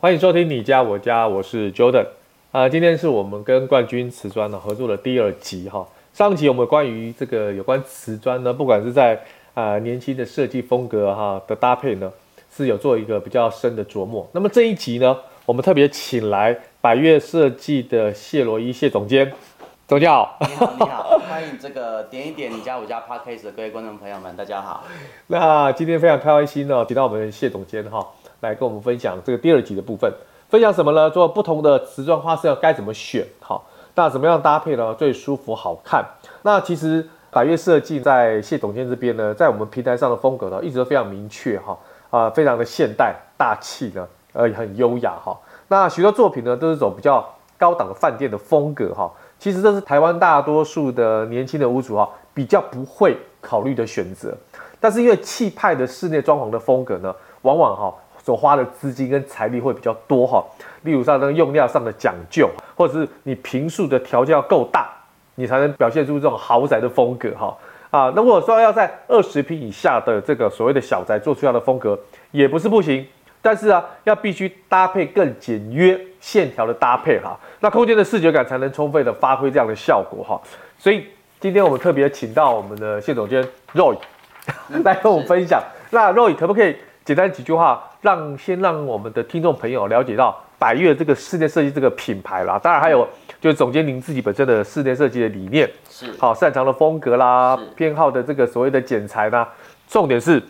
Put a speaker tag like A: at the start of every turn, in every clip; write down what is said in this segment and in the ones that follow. A: 欢迎收听你家我家，我是 Jordan。啊、今天是我们跟冠军瓷砖呢合作的第二集哈。上集我们关于这个有关瓷砖呢，不管是在啊、呃年轻的设计风格哈的搭配呢，是有做一个比较深的琢磨。那么这一集呢，我们特别请来百悦设计的谢罗伊谢总监，总监好。
B: 你好，你好，欢迎这个点一点你家我家 podcast 的各位观众朋友们，大家好。
A: 那今天非常开心呢，请到我们谢总监哈来跟我们分享这个第二集的部分，分享什么呢？做不同的瓷砖花色该怎么选好，那怎么样搭配呢最舒服好看？那其实百悦设计在谢总监这边呢，在我们平台上的风格呢一直都非常明确哈啊、非常的现代大气呢，呃也很优雅哈。那许多作品呢都是走比较高档的饭店的风格哈。其实这是台湾大多数的年轻的屋主哈比较不会考虑的选择。但是因为气派的室内装潢的风格呢，往往哈、所花的资金跟财力会比较多哈、例如像那个用料上的讲究，或者是你平数的调教够大，你才能表现出这种豪宅的风格哈、啊，那如果说要在二十平以下的这个所谓的小宅做出它的风格，也不是不行。但是啊，要必须搭配更简约线条的搭配哈、那空间的视觉感才能充分的发挥这样的效果哈、所以今天我们特别请到我们的谢总监 Roy 来跟我们分享。那 Roy 可不可以简单几句话，让先让我们的听众朋友了解到百悦这个室内设计这个品牌啦？当然还有就是总监您自己本身的室内设计的理念，
B: 是，
A: 好擅长的风格啦
B: 是，
A: 偏好的这个所谓的剪裁啦，重点是。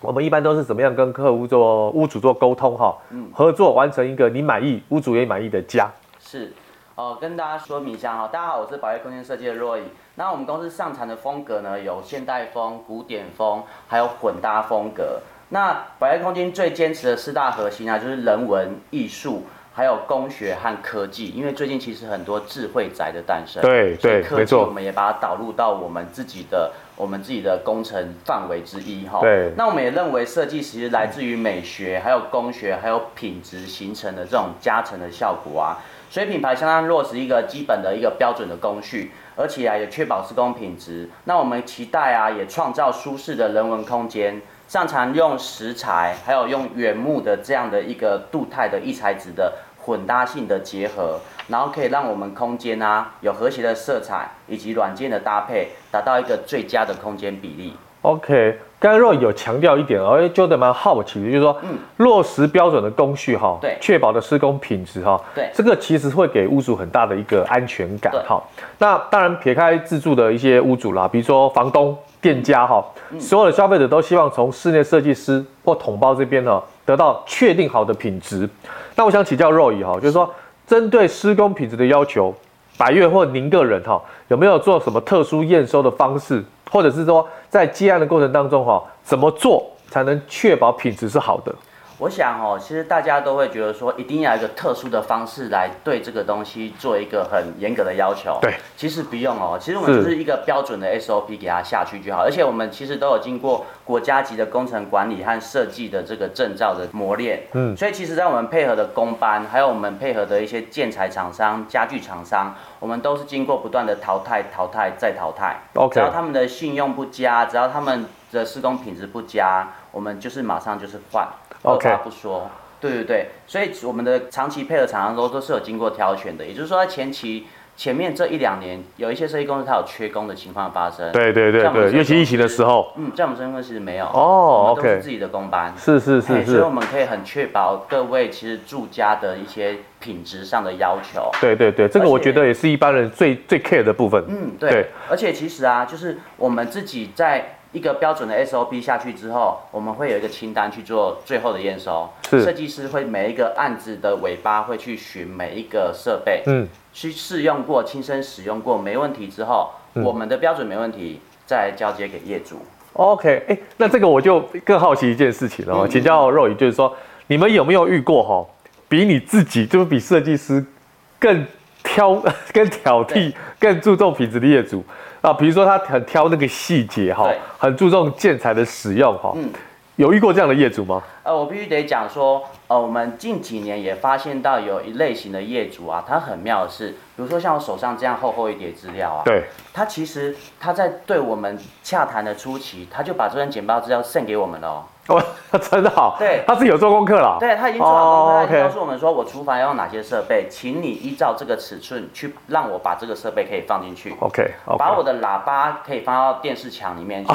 A: 我们一般都是怎么样跟客户做屋主做沟通哈，
B: 嗯
A: 合作完成一个你满意，屋主也满意的家。
B: 是，呃，跟大家说明一下哈，大家好，我是百悦空间设计的 Roy。那我们公司上产的风格呢，有现代风、古典风，还有混搭风格。那百悦空间最坚持的四大核心啊，就是人文、艺术，还有工学和科技。因为最近其实很多智慧宅的诞生，
A: 对
B: 所以
A: 对
B: 科技
A: 没错
B: 我们也把它导入到我们自己的我们自己的工程范围之一哈。
A: 对
B: 那我们也认为设计其实来自于美学，还有工学，还有品质形成的这种加成的效果啊。所以品牌相当落实一个基本的一个标准的工序，而且啊也确保施工品质。那我们期待啊也创造舒适的人文空间，擅长用石材还有用原木的这样的一个镀钛的异材质的混搭性的结合，然后可以让我们空间啊有和谐的色彩以及软件的搭配，达到一个最佳的空间比例。
A: OK，刚刚若有强调一点哦，哎，Jordan 蛮好奇的，就是说、落实标准的工序哈，
B: 嗯对
A: 确保的施工品质哈，
B: 对
A: 这个其实会给屋主很大的一个安全感
B: 对
A: 哈。那当然撇开自住的一些屋主啦，比如说房东、店家哈，
B: 嗯
A: 所有的消费者都希望从室内设计师或统包这边呢得到确定好的品质。那我想请教若雨哈，就是说针对施工品质的要求，百越或您个人哈，有没有做什么特殊验收的方式，或者是说在接案的过程当中哈，怎么做才能确保品质是好的？
B: 我想哦，其实大家都会觉得说，一定要有一个特殊的方式来对这个东西做一个很严格的要求。
A: 对，
B: 其实不用哦，其实我们
A: 是
B: 就是一个标准的 SOP 给它下去就好，而且我们其实都有经过国家级的工程管理和设计的这个证照的磨练。嗯，所以其实，在我们配合的工班，还有我们配合的一些建材厂商、家具厂商，我们都是经过不断的淘汰、淘汰再淘汰。
A: OK
B: 只要他们的信用不佳，只要他们的施工品质不佳，我们就是马上就是换。
A: OK
B: 二话不说。对对对，所以我们的长期配合厂商都都是有经过挑选的，也就是说在前期前面这一两年，有一些设计公司它有缺工的情况发生。，
A: 对
B: 对像我们对这尤其种疫情的时
A: 候，
B: 嗯，在我们身份其实没有
A: 哦
B: 我们都是
A: OK
B: 自己的工班，
A: 是是
B: 哎
A: 是
B: 所以
A: 是
B: 我，们可以很确保各位其实住家的一些品质上的要求。
A: 对对对，这个
B: 而且
A: 我觉得也是一般人最最 care 的部分。
B: 嗯，对。
A: 对
B: 而且其实啊，就是我们自己在一个标准的 SOP 下去之后，我们会有一个清单去做最后的验收。
A: 是
B: 设计师会每一个案子的尾巴会去寻每一个设备，
A: 嗯，
B: 去试用过、亲身使用过没问题之后，
A: 嗯
B: 我们的标准没问题，再来交接给业主。
A: OK，哎、那这个我就更好奇一件事情了、哦，
B: 嗯
A: 请教肉宇，就是说你们有没有遇过哈、比你自己，就是比设计师更挑、 更挑剔
B: 对、
A: 更注重品质的业主啊。比如说他很挑那个细节哈
B: 对，
A: 很注重建材的使用哈。
B: 嗯
A: 有遇过这样的业主吗？
B: 呃，我必须得讲说，呃，我们近几年也发现到有一类型的业主啊，他很妙的是，比如说像我手上这样厚厚一叠资料啊，
A: 对，
B: 他其实他在对我们洽谈的初期，他就把这份简报资料送给我们了、哦。
A: 哦， 真好，
B: 对
A: 他是有做功课了。
B: 对他已经做好功
A: 哦
B: 课，他已经
A: OK
B: 告诉我们说，我厨房要用哪些设备，请你依照这个尺寸去让我把这个设备可以放进去。
A: OK，OK，
B: 把我的喇叭可以放到电视墙里面去，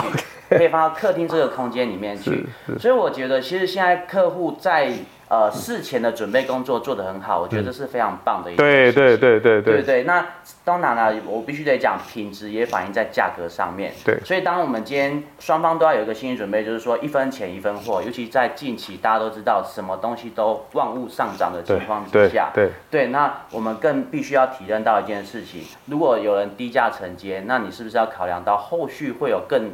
B: 可以放到客厅这个空间里面去。所以我觉得，其实现在客户在呃事前的准备工作做得很好，我觉得这是非常棒的一件
A: 对
B: 事情
A: 对对对
B: 对不
A: 对，
B: 对？那当然了，我必须得讲，品质也反映在价格上面。
A: 对
B: 所以当我们今天双方都要有一个心理准备，就是说一分钱一分货。尤其在近期大家都知道，什么东西都万物上涨的情况之
A: 对
B: 下，
A: 对
B: 对，那我们更必须要体认到一件事情：如果有人低价承接，那你是不是要考量到后续会有更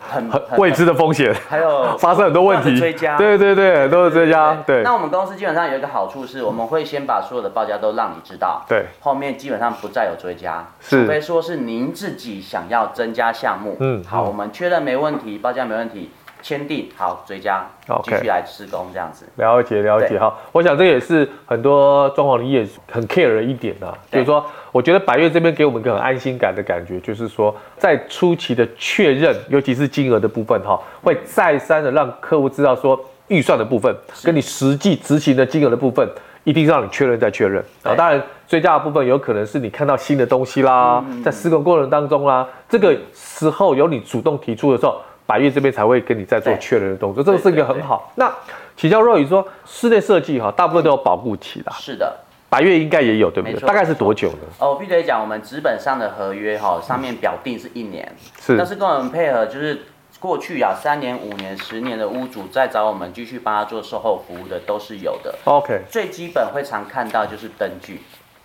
B: 很很
A: 未知的风 险
B: 还有
A: 发生很多问
B: 不断
A: 题，
B: 地追加
A: 对对对，很多的追加，对
B: 那我们公司基本上有一个好处是，我们会先把所有的报价都让你知道，
A: 对，
B: 后面基本上不再有追加，
A: 是
B: 除非说是您自己想要增加项目。
A: 嗯
B: 好，
A: 嗯
B: 我们确认没问题，报价没问题，签订好追加，
A: OK
B: 继续来施工这样子。
A: 了解了解
B: 对
A: 哈，我想这也是很多装潢的业主很 care 的一点呐、啊，就
B: 对
A: 是说，我觉得百越这边给我们一个很安心感的感觉，就是说，在初期的确认，尤其是金额的部分
B: 嗯
A: 哈，会再三的让客户知道说预算的部分跟你实际执行的金额的部分，一定让你确认再确认啊。
B: 对
A: 当然，追加的部分有可能是你看到新的东西啦，
B: 嗯
A: 在施工过程当中啦，这个时候由你主动提出的时候，百越这边才会跟你再做
B: 对
A: 确认的动作，这个是一个很
B: 对对对
A: 好。那请教若雨说，室内设计哈，大部分都有保护期啦，
B: 是的。
A: 百越应该也有对不
B: 没
A: 对？
B: 错
A: 大概是多久呢？
B: 哦，我必须得讲，我们纸本上的合约哈、上面表定是一年，
A: 是
B: 但是跟我们配合就是过去啊三年、五年、十年的屋主再找我们继续帮他做售后服务的都是有的。
A: OK，
B: 最基本会常看到就是灯具，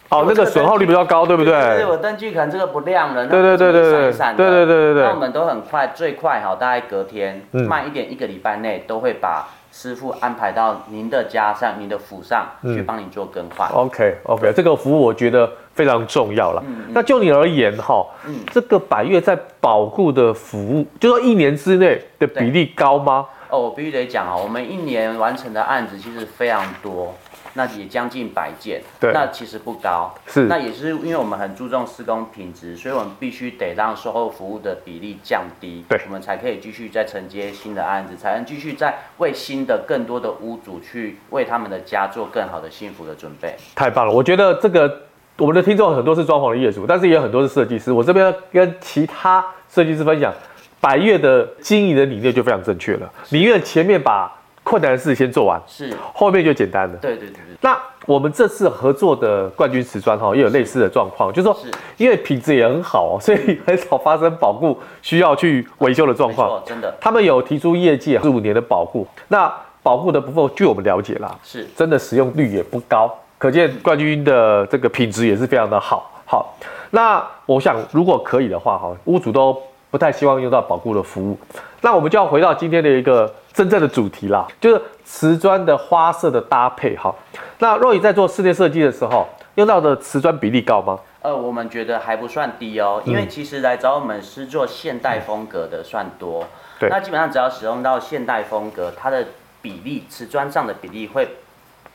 A: 哦，那
B: 这
A: 个
B: 个
A: 损耗率比较高，对不对？
B: 就是我灯具可能这个不亮了，那
A: 对对对对
B: 这
A: 对
B: 个
A: 对
B: 闪一闪的
A: 对对对对嗯对
B: 那我们都很快，最快哈，大概隔天，慢一点一个礼拜内都会把师傅安排到您的家上、您的府上
A: 嗯
B: 去帮你做更换。
A: OK OK，这个服务我觉得非常重要
B: 嗯
A: 了。那就你而言哈，这个百越在保护的服务，就说一年之内的比例高吗？
B: 哦，我必须得讲啊，我们一年完成的案子其实非常多，那也将近百件，
A: 对
B: 那其实不高，
A: 是
B: 那也是因为我们很注重施工品质，所以我们必须得让售后服务的比例降低，
A: 对
B: 我们才可以继续再承接新的案子，才能继续再为新的更多的屋主去为他们的家做更好的幸福的准备。
A: 太棒了！我觉得这个我们的听众很多是装潢的业主，但是也有很多是设计师。我这边跟其他设计师分享，百越的经营的理念就非常正确了，宁愿前面把困难的事先做完，
B: 是，
A: 后面就简单了。
B: 对对对对，
A: 那我们这次合作的冠军瓷砖哈，也有类似的状况，就是说
B: 是，
A: 因为品质也很好哦，所以很少发生保护需要去维修的状
B: 没
A: 况。
B: 错，真的
A: 他们有提出业界十五年的保护，那保护的部分，据我们了解啦，
B: 是。
A: 真的使用率也不高，可见冠军的这个品质也是非常的好。好，那我想如果可以的话，哈，屋主都不太希望用到保固的服务。那我们就要回到今天的一个真正的主题啦，就是瓷砖的花色的搭配。哈，那若雨在做室内设计的时候，用到的瓷砖比例高吗？
B: 呃，我们觉得还不算低哦，
A: 嗯
B: 因为其实来找我们是做现代风格的算多。
A: 对
B: 那基本上只要使用到现代风格，它的比例瓷砖上的比例会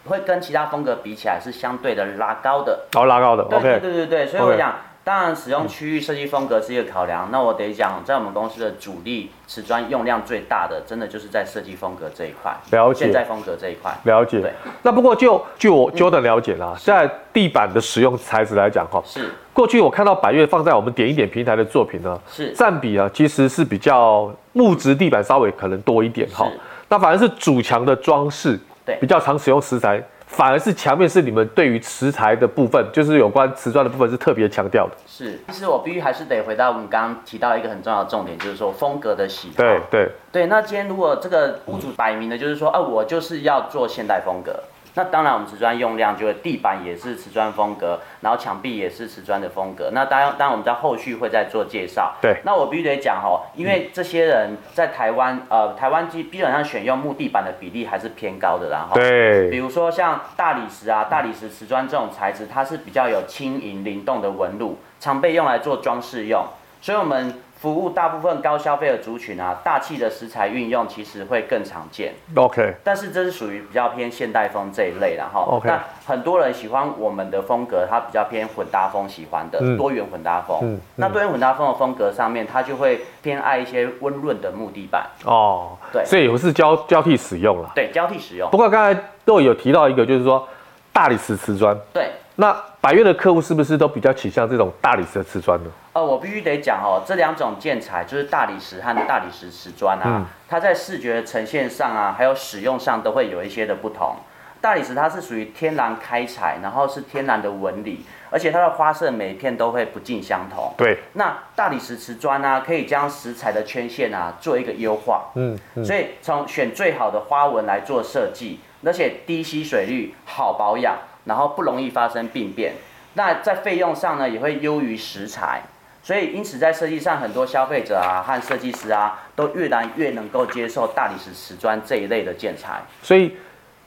B: 会跟其他风格比起来是相对的拉高的。
A: 哦，拉高的
B: 对对
A: ，OK，
B: 对对对，所以我
A: OK
B: 讲，当然使用区域设计风格是一个考量。那我得讲，在我们公司的主力瓷砖用量最大的，真的就是在设计风格这一块，
A: 了
B: 现
A: 解
B: 代。风格这一块。
A: 了解
B: 对，嗯
A: 那不过就据我 Jordan 了解啦，在地板的使用材质来讲哈，
B: 是
A: 过去我看到百越放在我们点一点平台的作品呢，
B: 是
A: 占比啊其实是比较木质地板稍微可能多一点哈
B: 是。
A: 那反而是主墙的装饰，
B: 对
A: 比较常使用石材，反而是墙面是你们对于石材的部分，就是有关瓷砖的部分是特别强调的。
B: 是，其实我必须还是得回到我们刚刚提到一个很重要的重点，就是说风格的喜好。
A: 对对
B: 对，那今天如果这个屋主摆明的就是说，啊，我就是要做现代风格，那当然，我们瓷砖用量就会地板也是瓷砖风格，然后墙壁也是瓷砖的风格。那当然，当然我们在后续会再做介绍。
A: 对
B: 那我必须得讲哦，因为这些人在台湾，呃，台湾基基本上选用木地板的比例还是偏高的啦。哈。哦比
A: 对，
B: 如说像大理石啊、大理石瓷砖这种材质，它是比较有轻盈灵动的纹路，常被用来做装饰用。所以，我们服务大部分高消费的族群啊，大气的食材运用其实会更常见。
A: ，OK，
B: 但是这是属于比较偏现代风这一类啦，哈。
A: OK
B: 那很多人喜欢我们的风格，它比较偏混搭风喜欢的、
A: 嗯
B: 多元混搭风。
A: 嗯
B: 那多元混搭风的风格上面，它就会偏爱一些温润的木地板，
A: 哦，
B: 对
A: 所以是交交替使用了。
B: 对，交替使用
A: 不。过刚才都有提到一个，就是说大理石瓷砖，
B: 对，
A: 那百越的客户是不是都比较倾向这种大理石的瓷砖呢？
B: 呃，我必须得讲哦，这两种建材就是大理石和大理石瓷砖啊，它在视觉呈现上啊，还有使用上都会有一些的不同。大理石它是属于天然开采，然后是天然的纹理，而且它的花色每一片都会不尽相同。
A: 对，
B: 那大理石瓷砖呢、可以将石材的圈线啊做一个优化，
A: 嗯，
B: 所以从选最好的花纹来做设计，而且低吸水率、好保养，然后不容易发生病变。那在费用上呢，也会优于石材，所以因此在设计上，很多消费者啊和设计师啊都越来越能够接受大理石瓷砖这一类的建材。
A: 所以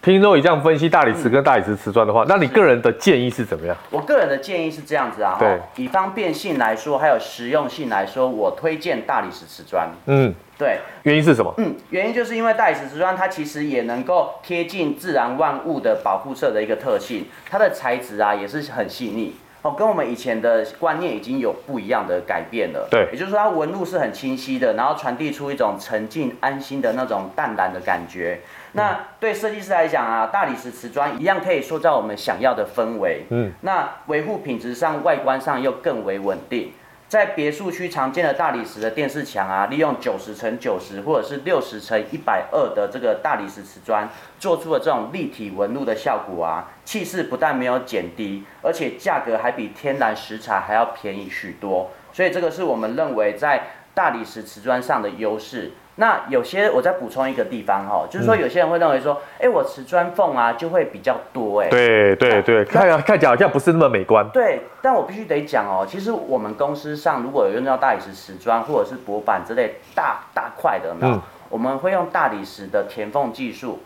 A: 听若你这样分析大理石跟大理石瓷砖
B: 嗯
A: 的话，那你个人的建议是怎么样？
B: 我个人的建议是这样子啊，
A: 对
B: 哈以方便性来说，还有实用性来说，我推荐大理石瓷砖。
A: 嗯，
B: 对，
A: 原因是什么？
B: 嗯，原因就是因为大理石瓷砖它其实也能够贴近自然万物的保护色的一个特性，它的材质啊也是很细腻哦，跟我们以前的观念已经有不一样的改变了。
A: 对
B: 也就是说它纹路是很清晰的，然后传递出一种沉静安心的那种淡然的感觉。那对设计师来讲啊，大理石瓷砖一样可以塑造我们想要的氛围。
A: 嗯，
B: 那维护品质上、外观上又更为稳定。在别墅区常见的大理石的电视墙啊，利用九十乘九十或者是六十乘一百二的这个大理石瓷砖，做出了这种立体纹路的效果啊，气势不但没有减低，而且价格还比天然石材还要便宜许多。所以这个是我们认为在大理石瓷砖上的优势。那有些我再补充一个地方哈、哦，就是说有些人会认为说，哎、我瓷砖缝啊就会比较多哎、
A: 对对对， 看起来看起来好像不是那么美观。
B: 对，但我必须得讲哦，其实我们公司上如果有用到大理石瓷砖或者是薄板之类大大块的呢，
A: 嗯
B: 我们会用大理石的填缝技术，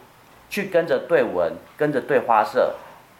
B: 去跟着对纹，跟着对花色。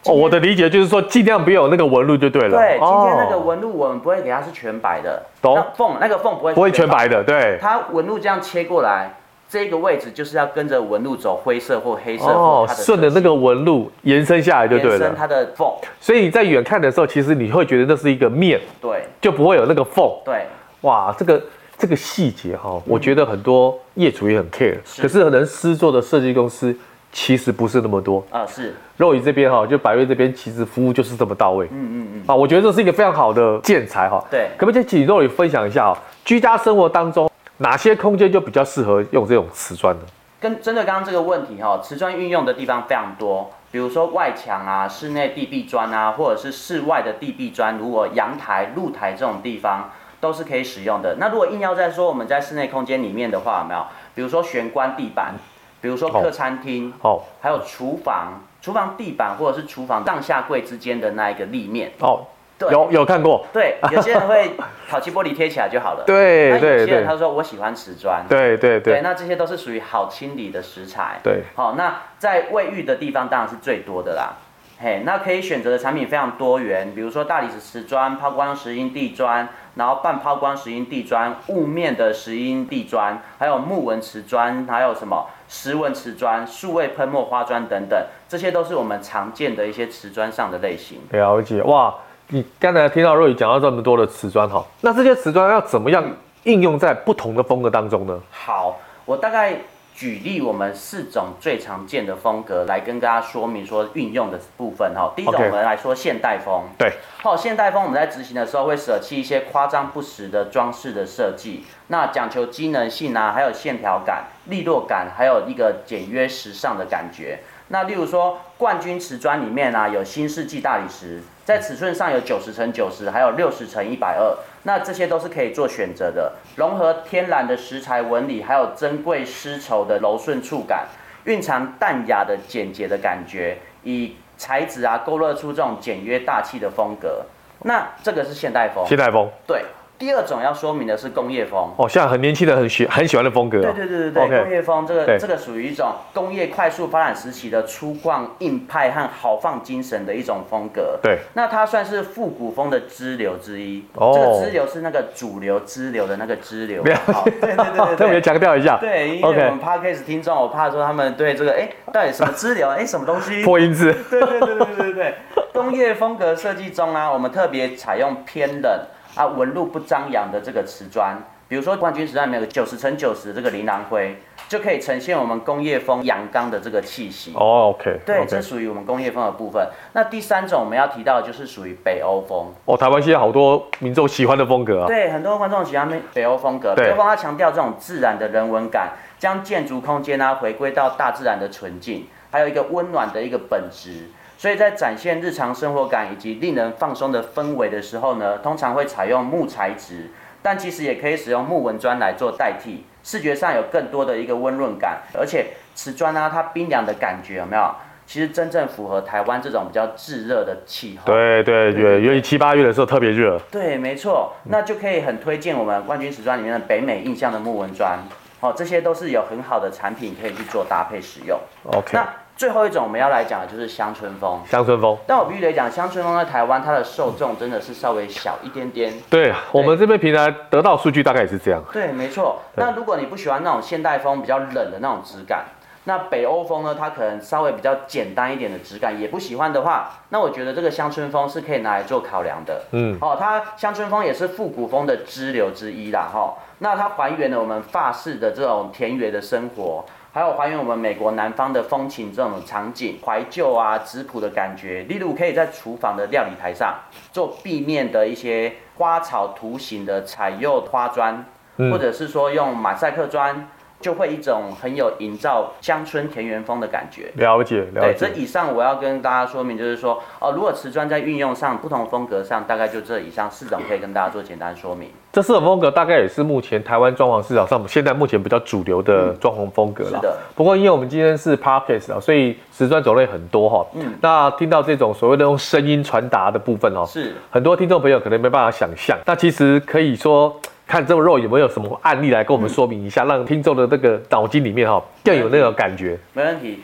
A: 哦，我的理解就是说，尽量不要有那个纹路就对了。
B: 对，今天那个
A: 哦
B: 纹路我们不会给它是全白的，
A: 懂
B: 那缝那个缝不会
A: 不会全
B: 白。
A: 白的，对。
B: 它纹路这样切过来，这个位置就是要跟着纹路走灰色或黑色或
A: 哦，
B: 它的
A: 顺着那个纹路延伸下来就
B: 延
A: 对
B: 伸
A: 了。
B: 它的缝，
A: 所以你在远看的时候，其实你会觉得那是一个面，
B: 对
A: 就不会有那个缝。
B: 对
A: 哇，这个这个细节哈、我觉得很多业主也很 care，
B: 嗯是
A: 可是可能师做的设计公司其实不是那么多。
B: 啊、是，
A: 肉宇这边哈、就百瑞这边其实服务就是这么到位。
B: 嗯嗯嗯，
A: 啊，我觉得这是一个非常好的建材哈、
B: 对
A: 可不可以请肉宇分享一下哦？居家生活当中哪些空间就比较适合用这种瓷砖呢？
B: 跟针对刚刚这个问题哈、哦，瓷砖运用的地方非常多，比如说外墙啊、室内地壁砖啊，或者是室外的地壁砖，如果阳台、露台这种地方都是可以使用的。那如果硬要再说我们在室内空间里面的话，有没有？比如说玄关地板，比如说客餐厅，
A: 哦
B: 还有厨房、厨房地板或者是厨房上下柜之间的那一个立面。
A: 哦，
B: 对
A: 有有看过，
B: 对，有些人 会烤漆玻璃贴起来就好了。
A: 对
B: 那有
A: 对
B: 些人哎他
A: 对
B: 说我喜欢瓷砖。
A: 对对
B: 对，
A: 对
B: 那这些都是属于好清理的食材。
A: 对，
B: 好、那在卫浴的地方当然是最多的啦。嘿，那可以选择的产品非常多元，比如说大理石瓷砖、抛光石英地砖，然后半抛光石英地砖、雾面的石英地砖，还有木纹瓷砖，还有什么石纹瓷砖、数位喷墨花砖等等，这些都是我们常见的一些瓷砖上的类型。
A: 了解哇！你刚才听到若雨讲到这么多的瓷砖哈，那这些瓷砖要怎么样应用在不同的风格当中呢？
B: 好，我大概举例我们四种最常见的风格来跟大家说明说运用的部分哈。第一种
A: OK
B: 我们来说现代风，
A: 对，
B: 好，现代风我们在执行的时候会舍弃一些夸张不实的装饰的设计，那讲求机能性啊，还有线条感、利落感，还有一个简约时尚的感觉。那例如说冠军瓷砖里面啊，有新世纪大理石，在尺寸上有九十乘九十，还有六十乘一百二，那这些都是可以做选择的，融合天然的石材纹理，还有珍贵丝绸的柔顺触感，蕴藏淡雅的简洁的感觉，以材质啊勾勒出这种简约大气的风格。那这个是现代风，
A: 现代风
B: 对。第二种要说明的是工业风，
A: 哦，现在很年轻的很喜很喜欢的风格、哦，
B: 对对对对对，
A: OK
B: 工业风这
A: 对
B: 个这个属于一种工业快速发展时期的粗犷、硬派和豪放精神的一种风格。
A: 对，
B: 那它算是复古风的支流之一。
A: 哦
B: 这个支流是那个主流支流的那个支流。
A: 了
B: 好，对对对
A: 啊特
B: 对
A: 别
B: 对。
A: 强调一下，
B: 对，因为
A: OK
B: 我们 podcast 听众，我怕说他们对这个，哎，到底什么支流，哎，什么东西？
A: 破音字，
B: 对对对对对对，工业风格设计中啊，我们特别采用偏冷啊、纹路不张扬的这个瓷砖，比如说冠军时代那个九十乘九十这个铃兰灰，就可以呈现我们工业风阳刚的这个气息。
A: 哦，OK，
B: 对，
A: OK
B: 这属于我们工业风的部分。那第三种我们要提到的就是属于北欧风。
A: 哦，台湾现在好多民众喜欢的风格啊，
B: 对，很多观众喜欢北欧风格。
A: 对
B: 北欧风它强调这种自然的人文感，将建筑空间呢、啊回归到大自然的纯净，还有一个温暖的一个本质。所以在展现日常生活感以及令人放松的氛围的时候呢，通常会采用木材质，但其实也可以使用木纹砖来做代替，视觉上有更多的一个温润感，而且瓷砖呢、它冰凉的感觉有没有？其实真正符合台湾这种比较炙热的气候。
A: 对对
B: 对
A: 对，尤其七八月的时候特别热，
B: 对，没错，那就可以很推荐我们冠军瓷砖里面的北美印象的木纹砖，哦，这些都是有很好的产品可以去做搭配使用。
A: OK，
B: 那最后一种我们要来讲的就是乡村风，
A: 乡村风。
B: 但我必须得讲，乡村风在台湾它的受众真的是稍微小一点点。
A: 对我们这边平台得到数据大概也是这样，
B: 对，没错。那如果你不喜欢那种现代风比较冷的那种质感，那北欧风呢，它可能稍微比较简单一点的质感也不喜欢的话，那我觉得这个乡村风是可以拿来做考量的。
A: 嗯，
B: 哦，它乡村风也是复古风的支流之一啦，哈、那它还原了我们法式的这种田园的生活，还有还原我们美国南方的风情这种场景，怀旧啊、质朴的感觉。例如，可以在厨房的料理台上做壁面的一些花草图形的彩釉花砖，
A: 嗯
B: 或者是说用马赛克砖，就会一种很有营造乡村田园风的感觉。
A: 了解了
B: 对，这
A: 解。
B: 以上我要跟大家说明，就是说，哦，如果瓷砖在运用上不同风格上，大概就这以上四种可以跟大家做简单说明。
A: 这四种风格大概也是目前台湾装潢市场上现在目前比较主流的装潢风格了。
B: 是的。
A: 不过因为我们今天是 podcast 啊，所以瓷砖种类很多哈。嗯。那听到这种所谓的用声音传达的部分哦，
B: 是，
A: 很多听众朋友可能没办法想象。那其实可以说。看这么肉有没有什么案例来跟我们说明一下，让听众的这个脑筋里面哈更有那个感觉。
B: 没问题。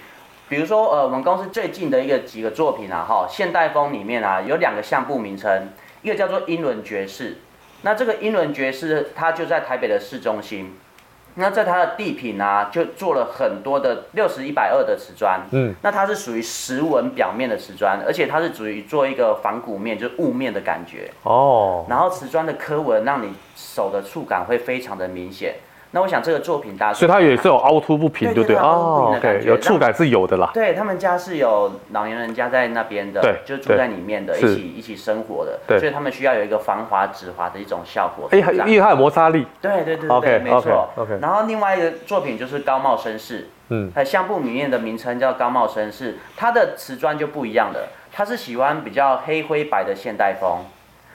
B: 比如说，呃，我们公司最近的一个几个作品啊，哈，现代风里面啊有两个项目名称，一个叫做英伦爵士，那这个英伦爵士它就在台北的市中心，那在它的地坪啊就做了很多的六十一百二的瓷砖，
A: 嗯，
B: 那它是属于石纹表面的瓷砖，而且它是属于做一个仿古面，就是雾面的感觉，
A: 哦，
B: 然后瓷砖的刻纹让你手的触感会非常的明显。那我想这个作品大家
A: 所以它也是有凹凸不平，对
B: 对
A: 不对？
B: 对它有凹凸不
A: 哦
B: 平的感
A: ，OK，
B: 觉
A: 有触感是有的啦。
B: 对他们家是有老年人家在那边的，
A: 对
B: 就住在里面的，一
A: 是
B: 起一起生活的，
A: 对
B: 所以他们需要有一个防滑止滑的一种效果。
A: 哎，还因为它有摩擦力，
B: 对对对对
A: OK，
B: 对没错。
A: OK，OK
B: 然后另外一个作品就是高帽绅士，
A: 嗯，
B: 它相簿里面的名称叫高帽绅士，它的瓷砖就不一样了，它是喜欢比较黑灰白的现代风，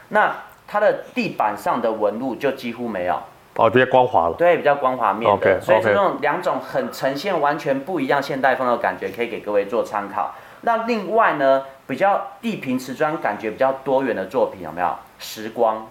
B: 那它的地板上的纹路就几乎没有，
A: 哦，比较光滑了。
B: 对，比较光滑面的
A: OK，OK
B: 所以这种两种很呈现完全不一样现代风的感觉，可以给各位做参考。那另外呢，比较地平瓷砖感觉比较多元的作品有没有？时光，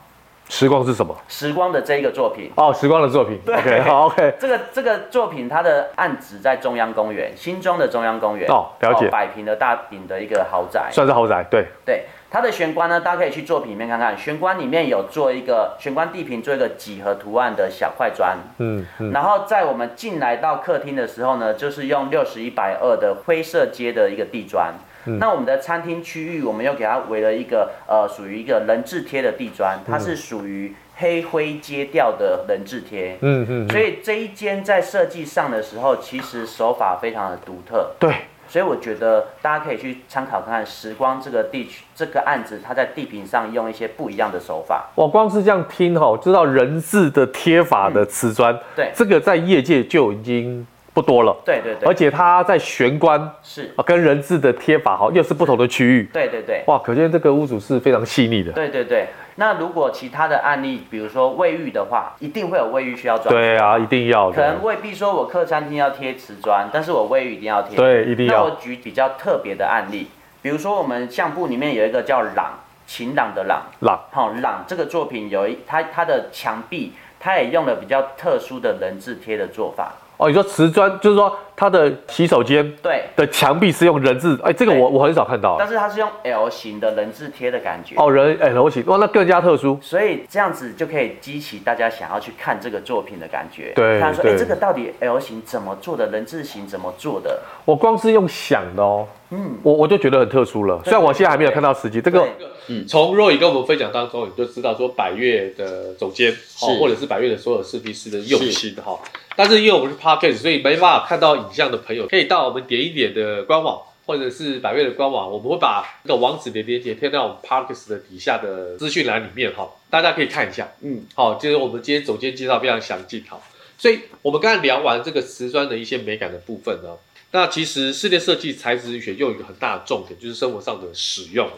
A: 时光是什么？
B: 时光的这一个作品，
A: 哦，时光的作品。OK，好，OK，
B: 这个这个作品它的案址在中央公园，新庄的中央公园
A: 哦了解
B: 百平的大顶的一个豪宅。
A: 算是豪宅，对，
B: 对，它的玄关呢，大家可以去作品里面看看，玄关里面有做一个玄关地坪做一个几何图案的小块砖，
A: 嗯嗯，
B: 然后在我们进来到客厅的时候呢，就是用六十一百二的灰色阶的一个地砖。
A: 嗯
B: 那我们的餐厅区域，我们又给它围了一个呃，属于一个人字贴的地砖，
A: 嗯
B: 它是属于黑灰阶调的人字贴。
A: 嗯嗯，
B: 所以这一间在设计上的时候，其实手法非常的独特，
A: 对，
B: 所以我觉得大家可以去参考看看时光这个地区这个案子，它在地平上用一些不一样的手法。
A: 我光是这样听哈，知道人字的贴法的瓷砖，
B: 对
A: 这个在业界就已经不多了，
C: 对对对，
A: 而且它在玄关
C: 是，
A: 啊跟人字的贴法哈又是不同的区域，
C: 对对对。
A: 哇，可见这个屋主是非常细腻的。
C: 对对对，那如果其他的案例，比如说卫浴的话，一定会有卫浴需要装，
A: 对啊，一定要
C: 可
A: 的
C: 能，未必说我客餐厅要贴瓷砖，但是我卫浴一定要贴。
A: 对，一定
C: 那
A: 要
C: 我。举比较特别的案例，比如说我们相簿里面有一个叫朗，晴朗的朗，
A: 朗
C: 好、朗这个作品有一它它的墙壁，它也用了比较特殊的人字贴的做法。
A: 哦，你说瓷砖，就是说它的洗手间
C: 对，
A: 的墙壁是用人字，哎，这个我我很少看到。
C: 但是它是用 L 型的人字贴的感觉。
A: 哦，人哎，楼型哇，那更加特殊。
C: 所以这样子就可以激起大家想要去看这个作品的感觉。
A: 对
C: 他说：“哎、
A: 对
C: 这个到底 L 型怎么做的？人字形怎么做的
A: 我光是用想的哦，嗯，我我就觉得很特殊了。虽然我现在还没有看到实际，这？”个
C: 对
A: 嗯从若雨跟我们分享当中，你就知道说百越的总监，哦
C: 是，
A: 或者是百越的所有设计师的用心哈。但是因为我们是 podcast，所以没办法看到影像的朋友，可以到我们点一点的官网。或者是百越的官网，我们会把那个网址的链接贴到我们 Parkes 的底下的资讯栏里面哈，大家可以看一下。
C: 嗯，
A: 好，就是我们今天总监介绍非常详尽哈。所以我们刚才聊完这个瓷砖的一些美感的部分呢，那其实室内设计材质学又有一个很大的重点，就是生活上的使用了。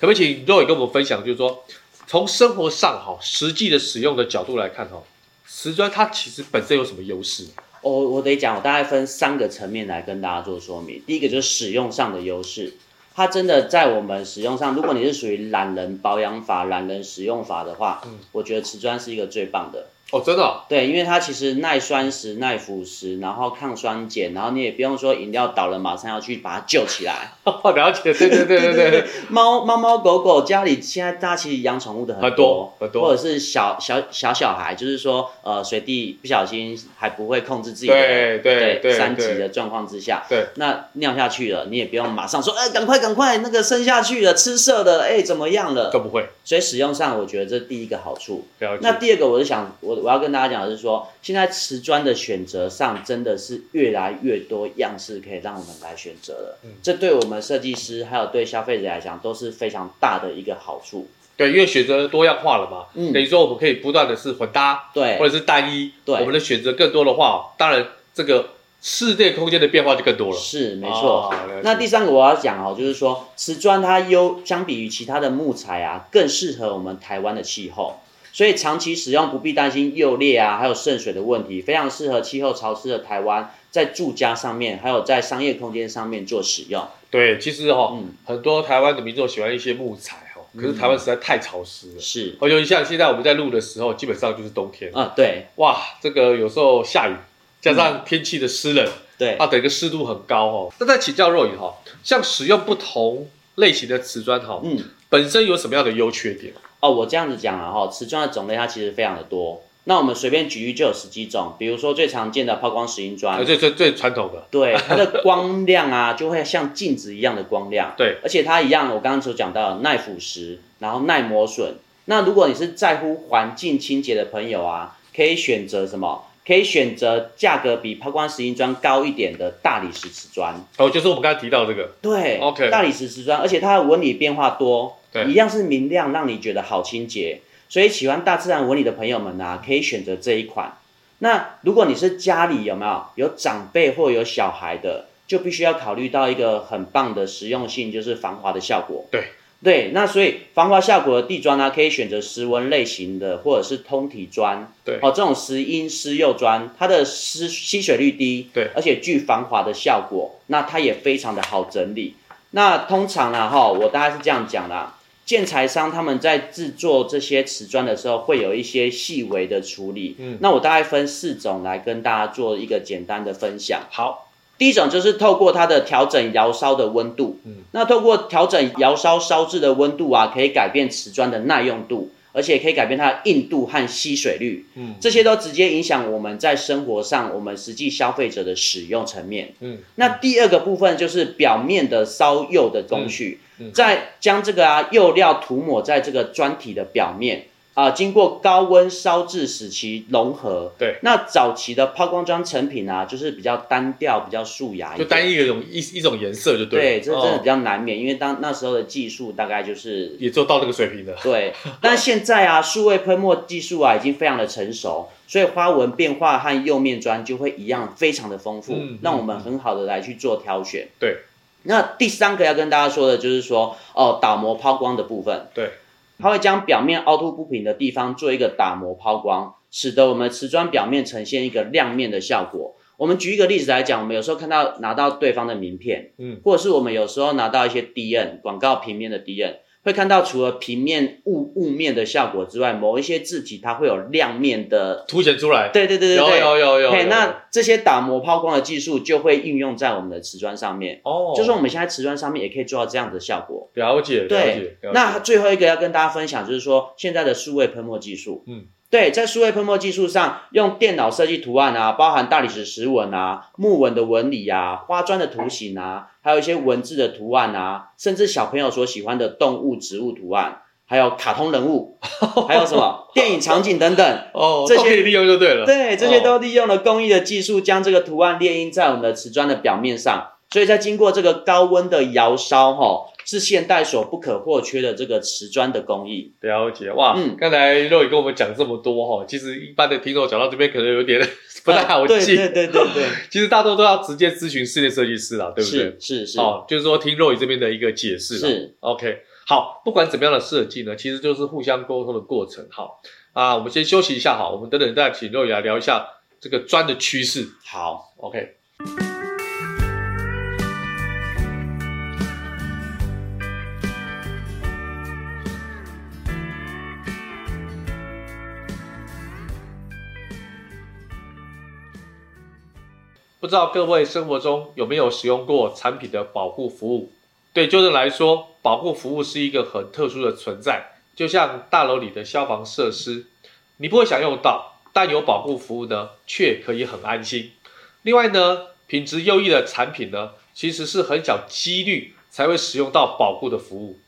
A: 可不可以请 Roy 跟我们分享，就是说从生活上哈实际的使用的角度来看哈，瓷砖它其实本身有什么优势？
B: 我我得讲，我大概分三个层面来跟大家做说明。第一个就是使用上的优势，它真的在我们使用上，如果你是属于懒人保养法、懒人使用法的话，
A: 嗯
B: 我觉得瓷砖是一个最棒的。啊
A: 哦，真的哦、
B: 对，因为它其实耐酸蚀、耐腐蚀，然后抗酸碱，然后你也不用说饮料倒了马上要去把它救起来。
A: 哦，了解，对对对对对，
B: 猫猫猫狗狗家里现在大家其实养宠物的
A: 很多很
B: 或
A: 多，
B: 者是小小小小孩，就是说呃随地不小心还不会控制 自己的
A: 对对对
B: 三级
A: 对
B: 的状况之下，
A: 对，
B: 那尿下去了，你也不用马上说，哎、赶快赶快，那个生下去了，吃色了，哎、怎么样了？
A: 都不会
B: 所以使用上，我觉得这第一个好处。
A: 了解
B: 那。第二个，我是想，我我要跟大家讲的是说，现在瓷砖的选择上真的是越来越多样式可以让我们来选择了，
A: 嗯
B: 这对我们设计师还有对消费者来讲都是非常大的一个好处。
A: 对，因为选择多样化了嘛，
B: 嗯
A: 等于说我们可以不断的是混搭，
B: 对
A: 或者是单一，
B: 对
A: 我们的选择更多的话，当然这个室内空间的变化就更多了。
B: 是没错。
A: 哦了解
B: 那第三个我要讲哦，就是说瓷砖它优相比于其他的木材啊，更适合我们台湾的气候，所以长期使用不必担心釉裂啊，还有渗水的问题，非常适合气候潮湿的台湾，在住家上面，还有在商业空间上面做使用。
A: 对，其实哈、哦
B: 嗯
A: 很多台湾的民众喜欢一些木材哈、哦，可是台湾实在太潮湿了。
B: 是，
A: 哦，尤其像现在我们在录的时候，基本上就是冬天，
B: 啊、对
A: 哇，这个有时候下雨，加上
B: 嗯
A: 天气的湿冷，
B: 对，
A: 啊，整个湿度很高哦。那再请教若雨哈，像使用不同类型的瓷砖哈，
B: 嗯。
A: 本身有什么样的优缺点？
B: 哦，我这样子讲了哈，瓷砖的种类它其实非常的多。那我们随便举例就有十几种，比如说最常见的抛光石英砖
A: 啊，，最最最传统的，
B: 对，它的光亮啊，就会像镜子一样的光亮。
A: 对，
B: 而且它一样，我刚刚所讲到的耐腐蚀，然后耐磨损。那如果你是在乎环境清洁的朋友啊，可以选择什么？可以选择价格比抛光石英砖高一点的大理石瓷砖。
A: 哦，就是我们刚才提到这个，
B: 对
A: OK
B: 大理石瓷砖，而且它的纹理变化多，
A: 对
B: 一样是明亮，让你觉得好清洁。所以喜欢大自然纹理的朋友们啊，可以选择这一款。那如果你是家里有没有有长辈或有小孩的，就必须要考虑到一个很棒的实用性，就是防滑的效果。
A: 对
B: 对，那所以防滑效果的地砖呢、啊可以选择石纹类型的，或者是通体砖。
A: 对
B: 哦，这种石英石釉砖，它的吸吸水率低，
A: 对
B: 而且具防滑的效果，那它也非常的好整理。那通常啦，哈，我大概是这样讲啦，建材商他们在制作这些瓷砖的时候，会有一些细微的处理。
A: 嗯
B: 那我大概分四种来跟大家做一个简单的分享。
A: 好，
B: 第一种就是透过它的调整窑烧的温度，
A: 嗯
B: 那透过调整窑烧烧制的温度啊，可以改变瓷砖的耐用度，而且可以改变它的硬度和吸水率，
A: 嗯
B: 这些都直接影响我们在生活上我们实际消费者的使用层面。
A: 嗯，
B: 那第二个部分就是表面的烧釉的工序，
A: 嗯嗯
B: 在将这个啊釉料涂抹在这个砖体的表面，啊、经过高温烧制使其融合。
A: 对，
B: 那早期的抛光妆成品啊，就是比较单调、比较素雅一
A: 就
B: 点，
A: 单一一种一一种颜色就
B: 嗯
A: 对
B: 对，
A: 了，
B: 这真的
A: 哦
B: 比较难免，因为当那时候的技术大概就是
A: 也就到那个水平了。
B: 对，但现在啊，数位喷墨技术啊已经非常的成熟，所以花纹变化和釉面砖就会一样非常的丰富，
A: 嗯
B: 让我们很好的来去做挑选。
A: 对，
B: 那第三个要跟大家说的就是说，哦，打磨抛光的部分，
A: 对，
B: 它会将表面凹凸不平的地方做一个打磨抛光，使得我们瓷砖表面呈现一个亮面的效果。我们举一个例子来讲，我们有时候看到拿到对方的名片，
A: 嗯，
B: 或者是我们有时候拿到一些 DN 广告平面的 DN，会看到除了平面雾雾面的效果之外，某一些字体它会有亮面的，
A: 凸显出来。
B: 对对对对
A: 有
B: 对，
A: 有有有
B: 嘿
A: 有。
B: 那这些打磨抛光的技术就会应用在我们的瓷砖上面，
A: 哦，
B: 就是我们现在瓷砖上面也可以做到这样的效果。
A: 了解了解
B: 对。，
A: 了解
B: 那最后一个要跟大家分享就是说，现在的数位喷墨技术，
A: 嗯，
B: 对，在数位喷墨技术上，用电脑设计图案啊，包含大理石石纹啊、木纹的纹理啊、花砖的图形啊，还有一些文字的图案啊，甚至小朋友所喜欢的动物、植物图案，还有卡通人物，还有什 么电影场景等等。
A: 哦，
B: 这
A: 都可
B: 些
A: 以利用就对了。
B: 对，这些
A: 哦
B: 都利用了工艺的技术，将这个图案列印在我们的瓷砖的表面上。所以在经过这个高温的窑烧，哈，是现代所不可或缺的这个瓷砖的工艺。
A: 了解哇。
B: 嗯
A: 刚才肉也跟我们讲这么多哈，其实一般的听众讲到这边可能有点 不太好
B: 呃对
A: 记。
B: 对 对对对，
A: 其实大多都要直接咨询室内设计师啦，对不对
B: 是？是是
A: 哦，就是说听肉宇这边的一个解释啦。
B: 是，
A: OK，好，不管怎么样的设计呢，其实就是互相沟通的过程。好，啊，我们先休息一下，好，我们等等再请肉宇来聊一下这个砖的趋势。
B: 好，
A: OK，不知道各位生活中有没有使用过产品的保护服务？对纠正来说，保护服务是一个很特殊的存在，就像大楼里的消防设施，你不会想用到，但有保护服务呢，却可以很安心。另外呢，品质优异的产品呢，其实是很小几率才会使用到保护的服务。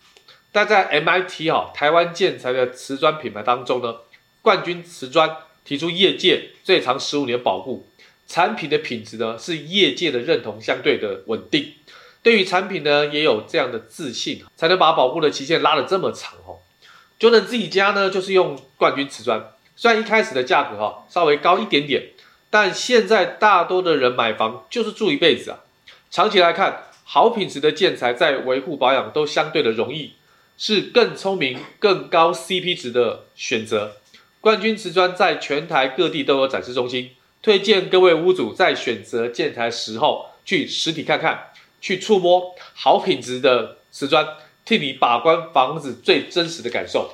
A: 但在 MIT 哈、台湾建材的瓷砖品牌当中呢，冠军瓷砖提出业界最长十五年保护，产品的品质呢是业界的认同相对的稳定。对于产品呢也有这样的自信，才能把保护的期限拉得这么长哦。Jordan 自己家呢就是用冠军瓷砖，虽然一开始的价格哈、稍微高一点点，但现在大多的人买房就是住一辈子啊。长期来看，好品质的建材在维护保养都相对的容易，是更聪明、更高 CP 值的选择。冠军瓷砖在全台各地都有展示中心，推荐各位屋主在选择建材时候去实体看看，去触摸好品质的瓷砖，替你把关房子最真实的感受。